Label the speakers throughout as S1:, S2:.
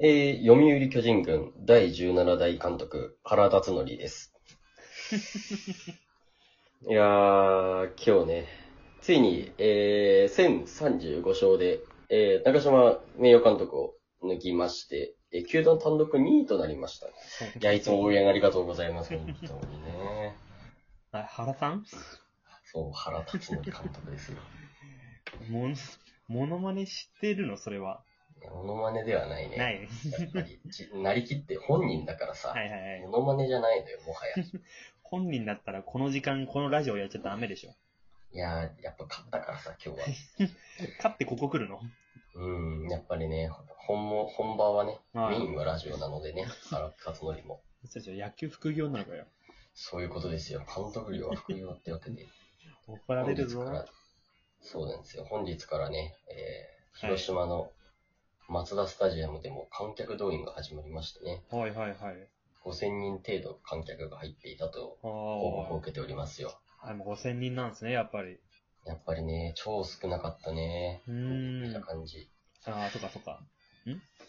S1: えー、読売巨人軍第17代監督、原辰徳 です。いやー、今日ね、ついに、えー、1035勝で、えー、中島名誉監督を抜きまして、えー、球団単独2位となりました。いや、いつも応援ありがとうございます、本当にね。
S2: あ原さん
S1: そう、原辰徳監督ですよ。
S2: もの、ものまねしてるのそれは。
S1: いやモノマネではないね。。
S2: な いい。
S1: やっぱり、じなりきって本人だからさ、
S2: はいはいはい。
S1: モノマネじゃないのよ、もはや。
S2: 本人だったらこの時間、このラジオやっちゃダメでしょ。
S1: いやー、やっぱ勝ったからさ、 今日は。
S2: 勝ってここ来るの
S1: うん、やっぱりね、本も、本場はね、
S2: はい
S1: メインはラジオなのでね、原克則も。
S2: そうでしょ、野球副業なのかよ。
S1: そういうことですよ。監督料は副業ってわけ で。
S2: 怒られる
S1: 本日か
S2: ぞ
S1: ら。そうなんですよ。本日からね、えー、
S2: はい
S1: 広島のマツダスタジアムでも観客動員が始まりましてね、
S2: はいはいはい。
S1: 5000人程度観客が入っていたと
S2: あ
S1: 報告を
S2: ー
S1: 受けておりますよ。
S2: あ、もう5000人なんですね、やっぱり。
S1: やっぱりね、超少なかったね。
S2: うー
S1: 見た
S2: ん。
S1: 感じ。
S2: ああ、そっかそっか。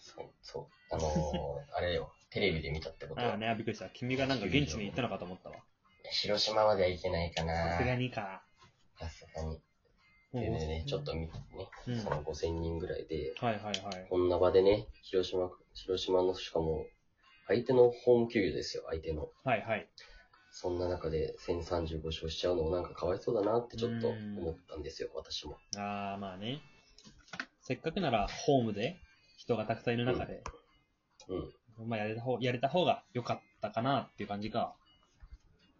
S1: そう、そう。あ のー、あれよ、テレビで見たってこと
S2: あ
S1: は
S2: あ、ね、びっくりした。君がなんか現地に行ったのかと思ったわ。
S1: 広島までは行けないかな。
S2: さすがにか。
S1: さすがに。
S2: も
S1: で
S2: う
S1: ね、ちょっ。と見てね、
S2: うん
S1: その5000人ぐらいで、
S2: はいはいはい。
S1: こんな場でね、広島、広島の、しかも、相手のホーム球場ですよ、相手の。
S2: はいはい。
S1: そんな中で1035勝しちゃうのもなんかかわいそうだなってちょっと思ったんですよ、私も。
S2: ああ、まあね。せっかくならホームで人がたくさんいる中で、
S1: うん。
S2: まあやれた方、やれた方が良かったかなっていう感じか。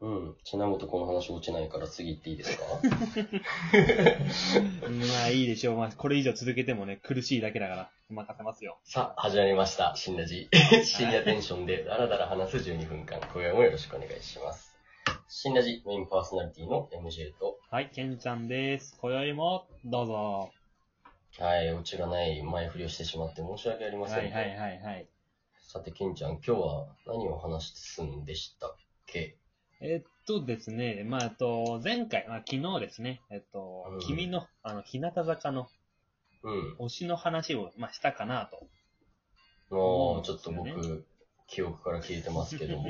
S1: うん。ちなみとこの話落ちないから次行っていいですか
S2: うんまあいいでしょう。まあこれ以上続けてもね、苦しいだけだから、任せますよ。
S1: さあ、始まりました。シンラ ジ。深夜テンションでだらだら話す12分間。今夜もよろしくお願いします。シンラジメインパーソナリティの MJ と、
S2: はい、ケンちゃんです。今宵も、どうぞ。
S1: はい、オチがない前振りをしてしまって申し訳ありま
S2: はい
S1: せん
S2: は
S1: ね、
S2: いはいはい。
S1: さて、ケンちゃん、今日は何を話すんでしたっけ
S2: えっとですね、まあ、えっと、前回、まあ、昨日ですね、えっと、
S1: うん
S2: 君の、あの、日向坂の
S1: うん。
S2: 推しの話を、まあ、したかなと。
S1: も
S2: う
S1: うんちょっと
S2: そうで
S1: 僕、記憶から消えてますけど も。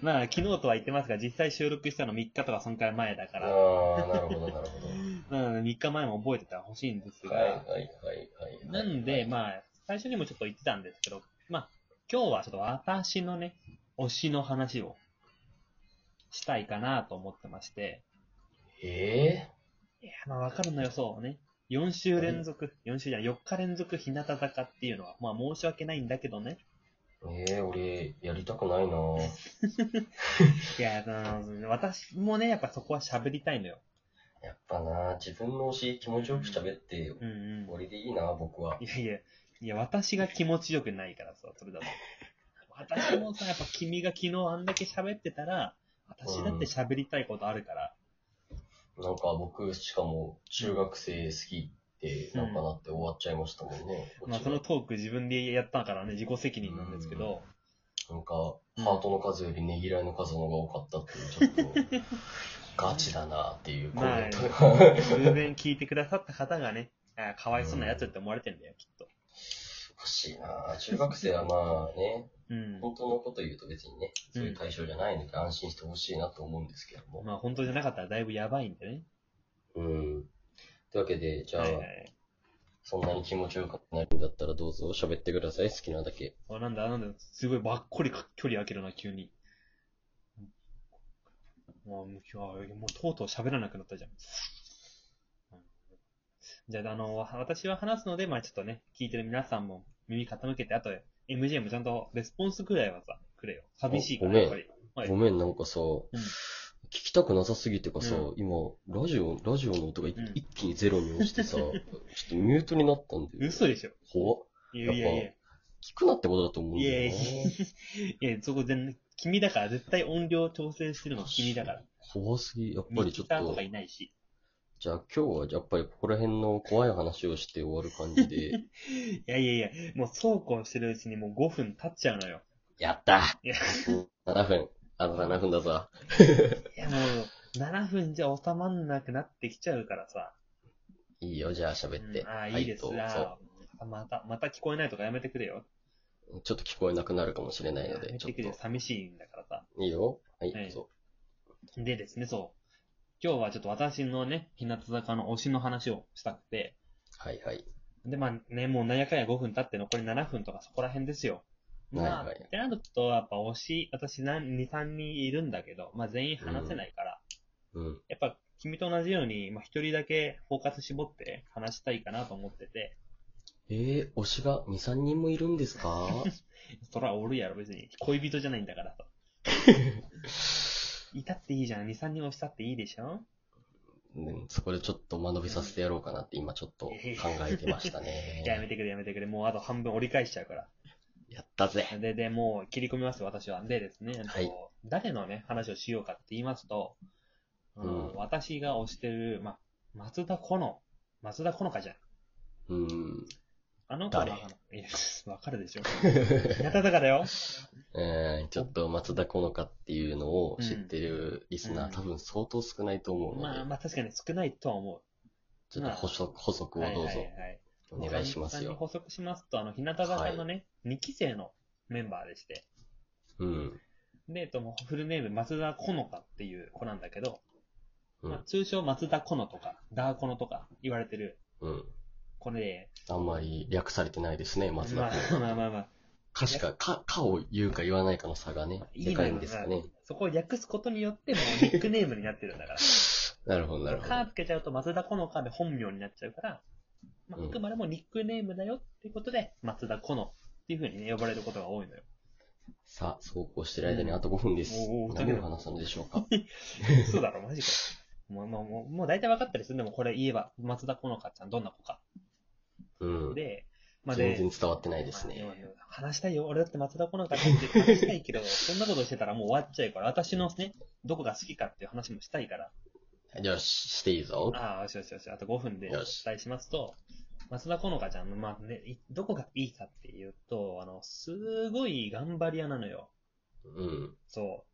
S2: まあ、昨日とは言ってますが、実際収録したの3日とかそんくらい前だ
S1: あ
S2: から、
S1: あー、なるほど、なるほ
S2: なので3日前も覚えてたら欲しいんです
S1: ど。
S2: が、
S1: はい、はい、はい、はい。
S2: なんで、まあ、最初にもちょっと言ってたんですけど、まあ、今日はちょっと私のね、推しの話をしたいかなと思ってまして、
S1: え
S2: いや、まあ、わかるのよ、そうね。4週連続、4週じゃない4日連続日向坂っていうのは、まあ申し訳ないんだけどね。
S1: ー、えー、俺、やりたくないなぁ。
S2: いや、あの私もね、やっぱそこは喋りたいのよ。
S1: やっぱなぁ、自分の推し、気持ちよく喋って、
S2: うんうん。
S1: 俺でいいなぁ、僕は。
S2: いやいや、いや、私が気持ちよくないからさ、それだと。私もさ、やっぱ君が昨日あんだけ喋ってたら、私だって喋りたいことあるから。
S1: なんか僕、しかも、中学生好きって、なんかなって終わっちゃいましたもんね。
S2: まあそのトーク自分でやったからね、自己責任なんですけど、
S1: なんか、ハートの数よりねぎらいの数の方が多かったっていう、ちょっと、ガチだなって いうコメントが。
S2: 偶然聞いてくださった方がね、あかわいそうなやつって思われてんだよ、きっと。
S1: 欲しいな中学生はまあね、
S2: うん。
S1: 本当のこと言うと別にね、そういう対象じゃないので安心してほしいなと思うんですけども。
S2: まあ本当じゃなかったらだいぶやばいんでね。
S1: うん。というわけで、じゃあ、
S2: はいはい。
S1: そんなに気持ちよくなるんだったらどうぞ喋ってください、好きなだけ。
S2: あ、なんだ、なんだ、すごいばっこりか距離開けるな、急に。もう、もうもうとうとう喋らなくなったじゃん。うんじゃあ、あの、わ私は話すので、まあちょっとね、聞いてる皆さんも耳傾けて、あと、MJ もちゃんとレスポンスくらいはさ、くれよ。寂しいから、
S1: ごめん
S2: やっぱり。はい
S1: ごめん、なんかさ、聞きたくなさすぎてかさ、
S2: う
S1: 今、ラジオ、ラジオの音がい、
S2: うん
S1: 一気にゼロに落ちて さ、ちょっとミュートになったんだよ。
S2: 嘘でしょ。
S1: 怖っ
S2: いやいやいや。
S1: 聞くなってことだと思うんだよ
S2: いやい
S1: ね。
S2: いや、そこ全然、君だから、絶対音量調整してるの君だから。
S1: 怖すぎ。やっぱ
S2: ミ
S1: り
S2: キ
S1: ちょっ
S2: サーと
S1: と
S2: か、いないし。
S1: じゃあ今日はやっぱりここら辺の怖い話をして終わる感じ で。
S2: いやいやいや、もうそうこうしてるうちにもう5分経っちゃうのよ。
S1: やった
S2: いや
S1: !7 分。あと7分だぞ。
S2: いやもう、7分じゃ収まんなくなってきちゃうからさ。
S1: いいよ、じゃあ喋って。
S2: うんああ、いいです
S1: は
S2: な、
S1: どうぞ
S2: また、また聞こえないとかやめてくれよ。
S1: ちょっと聞こえなくなるかもしれないの
S2: や
S1: で、
S2: め
S1: ちょ
S2: て
S1: っ
S2: くれ、
S1: と。
S2: 寂しいんだからさ。
S1: いいよ。はい、
S2: はい
S1: そ
S2: でですね、そう。今日はちょっと私のね、日向坂の推しの話をしたくて、
S1: う。はいはい。
S2: で、まあね、もうなんやかんや5分経って残り7分とかそこら辺ですよ。ま
S1: は
S2: あ、
S1: いはい
S2: ってなると、やっぱ推し、私何、2、3人いるんだけど、まあ全員話せないから、
S1: うん。
S2: やっぱ君と同じように、まあ一人だけフォーカス絞って話したいかなと思ってて、
S1: えー、推しが2、3人もいるんですか
S2: そらおるやろ別に。恋人じゃないんだからと。いたっていいじゃん。2、3人推したっていいでしょ。
S1: うんそこでちょっと間延びさせてやろうかなって今ちょっと考えてましたね
S2: いややめてくれやめてくれ。もうあと半分折り返しちゃうから。
S1: やったぜ。
S2: で、で、もう切り込みますよ、私は。でですね、あの
S1: はい
S2: 誰のね、話をしようかって言いますと、あの
S1: うん
S2: 私が推してる、ま、松田好乃。松田好乃かじゃん。
S1: うん。
S2: あの子は
S1: 誰
S2: わかんないいや わかるでしょ。日向坂だよ。
S1: えー、ちょっと松田好花っていうのを知ってるリスナー、
S2: うん
S1: 多分相当少ないと思うので、
S2: まあ、まあ確かに少ないとは思
S1: ちょっと補足補足をどうぞ
S2: はいはいはい
S1: お願いします
S2: 簡単に
S1: よ。
S2: 補足しますと、あの、日向坂のね、2期生のメンバーでして、
S1: うん。
S2: で、えっと、もうフルネーム、松田好乃っていう子なんだけど、
S1: うん
S2: まあ、通称松田好乃とか、ダーコノとか言われてる
S1: うん。
S2: 子で、
S1: あんまり略されてないですね、松田
S2: ま
S1: 好
S2: あまあまあまあ、
S1: かしか、か、かを言うか言わないかの差がね、
S2: いい
S1: で
S2: の
S1: か
S2: よ
S1: いんですかね。
S2: そこを略すことによって、もうニックネームになってるんだか
S1: なるほど、な
S2: ら。
S1: るほ
S2: カー
S1: ど。
S2: つけちゃうと松田好乃かで本名になっちゃうから、まあ、
S1: うん
S2: あくまでもニックネームだよっていうことで、松田好乃っていうふうにね、呼ばれることが多いのよ。
S1: さあ、そうこうしてる間にあと5分です
S2: おー。
S1: 何を話すのでしょう か。
S2: そうだろ、マジか。もう、もう、もう、もう大体分かったりする。でもこれ言えば、松田好花ちゃんどんな子か。
S1: うん。
S2: で、まあ
S1: 全
S2: で
S1: 然、伝わってないですね
S2: まあ。でも話したいよ。俺だって松田好花ちゃんって話したいけど、そんなことしてたらもう終わっちゃうから、私のね、どこが好きかっていう話もしたいから。
S1: よし、していいぞ。
S2: ああ、よしよしよし、あと5分でお伝
S1: よし
S2: えしますと、松田好花ちゃんの、まあね、いどこがいいかっていうと、あの、すごい頑張り屋なのよ。
S1: うん。
S2: そ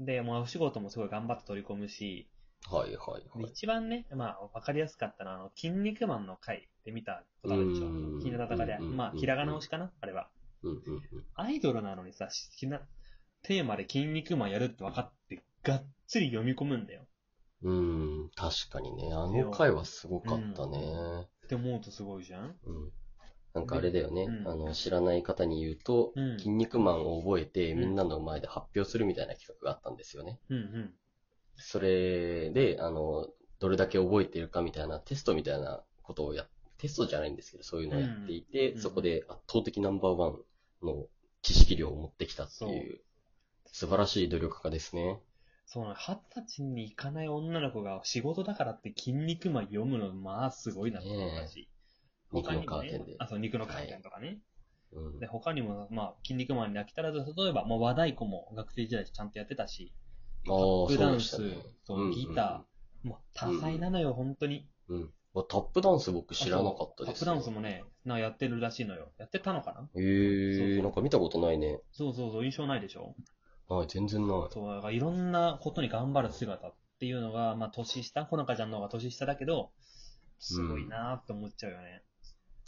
S2: う。で、もうお仕事もすごい頑張って取り込むし、
S1: はいはい
S2: で
S1: はい。
S2: 一番ね、まあ、わかりやすかったのは、あの、筋肉マンの回で見たことあるでしょ
S1: うん。
S2: 日向坂で。
S1: うん
S2: まあ、ひらがな推しかなあれは。
S1: うんうんうん。
S2: アイドルなのにさ、ひな、テーマで筋肉マンやるって分かって、がっつり読み込むんだよ。
S1: うん、確かにね。あの回はすごかったね。
S2: って思うとすごいじゃん
S1: うん。なんかあれだよね。
S2: うん
S1: あの、知らない方に言うと、
S2: うん
S1: 筋肉マンを覚えて、
S2: うん
S1: みんなの前で発表するみたいな企画があったんですよね。
S2: うんうん。
S1: それで、あの、どれだけ覚えてるかみたいなテストみたいなことをや、テストじゃないんですけど、そういうのをやっていて、
S2: うん
S1: そこで圧倒的ナンバーワンの知識量を持ってきたっていう、素晴らしい努力家ですね。
S2: そうなの、二十歳に行かない女の子が仕事だからって筋肉マン読むの、まあ、すごいなと思ったし。
S1: 肉
S2: 他に
S1: の
S2: も
S1: カ
S2: ね
S1: ーテンで。
S2: あ、そう、肉のカーテンとかね。
S1: うん
S2: で、他にも、まあ、筋肉マンに飽きたらず、例えば、まあ、和太鼓も学生時代ちゃんとやってたし、
S1: ああ、そ
S2: タップダ
S1: う
S2: ン
S1: で
S2: ス、
S1: した
S2: そう
S1: ね。
S2: ギター、もう多彩なのよ、本当に。
S1: うん。あタップダンス僕知らなかった
S2: タ
S1: で
S2: ッ
S1: す、
S2: プダンスもね、なんかやってるらしいのよ。やってたのかな
S1: へ
S2: そうそ
S1: え
S2: う
S1: ー、なんか見たことないね。
S2: そうそうそう、印象ないでしょ
S1: はい、全然ない。
S2: そう、だからいろんなことに頑張る姿っていうのが、まあ、年下、ほのかちゃんの方が年下だけど、すごいなーって思っちゃうよね。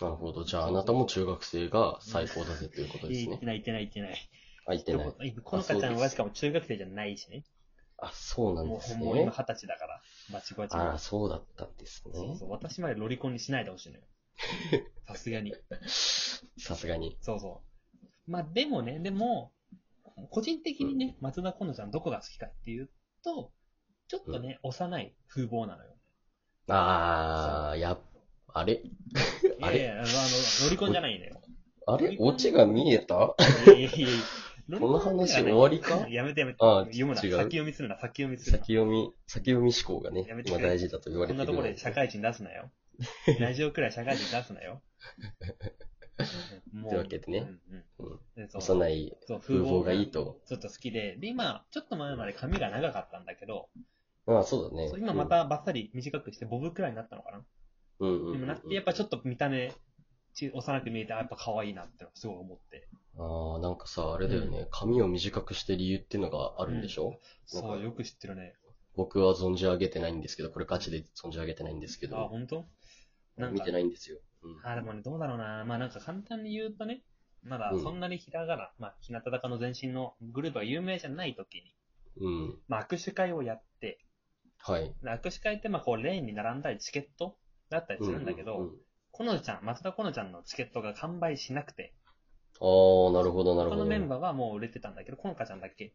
S1: なるほど。じゃあ、あなたも中学生が最高だぜということです
S2: いっ
S1: ね
S2: て。ない、いってない、いってない。
S1: あ、言ってない。
S2: ほのかちゃ
S1: あそ
S2: ん
S1: うで
S2: は
S1: す
S2: しかも中学生じゃないしね。
S1: あ、そうなん
S2: も
S1: で
S2: う
S1: す
S2: もう今
S1: ね。
S2: 二十歳だから、バチバチ。
S1: あら、そうだったんです
S2: そう
S1: ね
S2: そ。う、私までロリコンにしないでほしいのよ。さすがに。
S1: さすがに。
S2: そうそう。まあでもね、でも、個人的にね、松田好乃ちゃんどこが好きかっていうと、ちょっとね、幼い風貌なのよ。
S1: あー、やっ、あれあれ
S2: いやいや、あの、ロリコンじゃないのよ。
S1: あれオチが見えた
S2: いやいやいやロリ
S1: こ
S2: コ
S1: の
S2: ンじゃな
S1: 話終
S2: い
S1: わりか
S2: やめてやめて。
S1: あ
S2: 読むな。
S1: 違
S2: 先
S1: う
S2: 読みするな、先読みするな。
S1: 先読み、先読み思考がね
S2: やめ、て
S1: 今大事だと言わ
S2: こ
S1: れて
S2: んな
S1: る
S2: とこ
S1: の
S2: ろで
S1: で。
S2: 社会人出す なよ。ラジオくらい社会人出すなよ。も
S1: というわけでね。
S2: うん
S1: うん
S2: うんでそう
S1: 幼い
S2: そう風
S1: 風
S2: 貌
S1: 貌
S2: が
S1: が
S2: い
S1: い
S2: い
S1: いと。
S2: ちょっと好きで、で、今、ちょっと前まで髪が長かったんだけど、
S1: ああ、そうだね
S2: そう。今またばっさり短くしてボブくらいになったのかな。
S1: うん、うんうんうん。
S2: でもなって、やっぱちょっと見た目、ち幼く見えて、あやっぱ可愛いなってのはすごい思って。
S1: ああ、なんかさ、あれだよね、髪を短くして理由っていうのがあるんでしょ、わ
S2: そ
S1: か
S2: う、
S1: る
S2: よく知ってるね。
S1: 僕は存じ上げてないんですけど、これガチで存じ上げてないんですけ
S2: あ、
S1: ど、
S2: 本当なん
S1: 見
S2: か
S1: て、ないんですよ。うん
S2: あ、でもね、どうだろうな。まあなんか簡単に言うとね、まだそんなにひらがな、まあ、日向坂の前身のグループが有名じゃない時に、
S1: うん。
S2: まあ、握手会をやって、
S1: はい。
S2: 握手会ってまあこうレーンに並んだりチケットだったりするんだけど、
S1: う
S2: このちゃん、松田このちゃんのチケットが完売しなくて、
S1: うんああ、なるほど、なる
S2: 他
S1: ほど。
S2: のメンバーはもう売れてたんだけど、このかちゃんだけ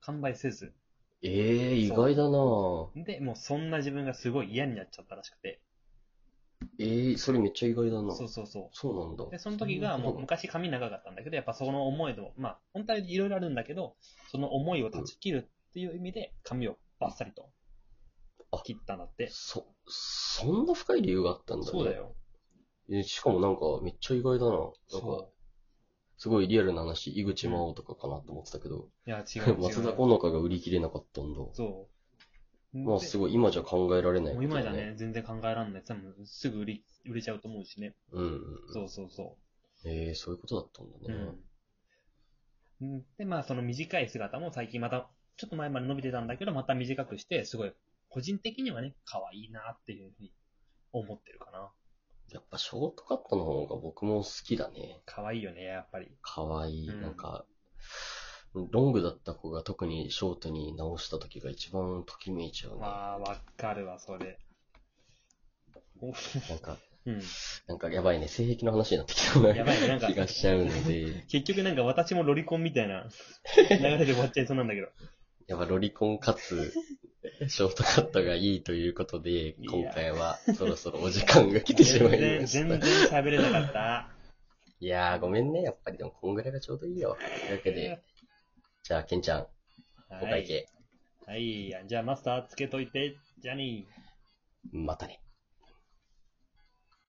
S2: 完売せず、
S1: ええ意外だなぁ
S2: で、もうそんな自分がすごい嫌になっちゃったらしくて、
S1: ええそれめっちゃ意外だな
S2: そうそうそう。
S1: そうなんだ。
S2: で、その時がもう
S1: うん
S2: 昔髪長かったんだけど、やっぱその思いの、まあ、本当はいろいろあるんだけど、その思いを断ち切るっていう意味で、髪をバッサリと
S1: あ
S2: 切ったんだって。
S1: そ、そんな深い理由があったんだね。
S2: そうだよ。
S1: え。しかもなんか、めっちゃ意外だな。なんか、
S2: そ
S1: すごいリアルな話、井口真央とかかなと思ってたけど、
S2: う。いや、違う違う。
S1: 松田好花が売り切れなかったんだ。
S2: そう。
S1: まあ
S2: です
S1: ごい、今じゃ考えられない
S2: も
S1: こ
S2: う
S1: とだ
S2: 今じゃ
S1: ね。
S2: ね、全然考えらんない。多分すぐ売り売れちゃうと思うしね。
S1: うんうん。
S2: そうそうそ
S1: ええそういうことだったん
S2: う。
S1: だね。
S2: うん。うんで、まあ、その短い姿も最近また、ちょっと前まで伸びてたんだけど、また短くして、すごい、個人的にはね、可愛いなっていうふうに思ってるかな。
S1: やっぱショートカットの方が僕も好きだね。
S2: 可愛いよね、やっぱり。
S1: かわいい。
S2: うん
S1: なんか、ロングだった子が特にショートに直した時が一番ときめいちゃうね。
S2: わあ、わかるわ、それ。お
S1: なんか、
S2: うん。
S1: なんかやばいね。性癖の話になってきたような
S2: やばいねなんか
S1: 気がしちゃうので、
S2: 結局なんか私もロリコンみたいな流れで終わっちゃいそうなんだけど。
S1: やっぱロリコンかつ、ショートカットがいいということで、
S2: や
S1: 今回はそろそろお時間 が来てしまい
S2: 全
S1: まし
S2: 然、
S1: た
S2: 全。然喋れなかった。
S1: いやーごめんね。やっぱりでもこんぐらいがちょうどいいよ。というわけで、じゃあケンちゃん、お会計、
S2: はい。はい。じゃあマスターつけといて。じゃあねー。
S1: またね。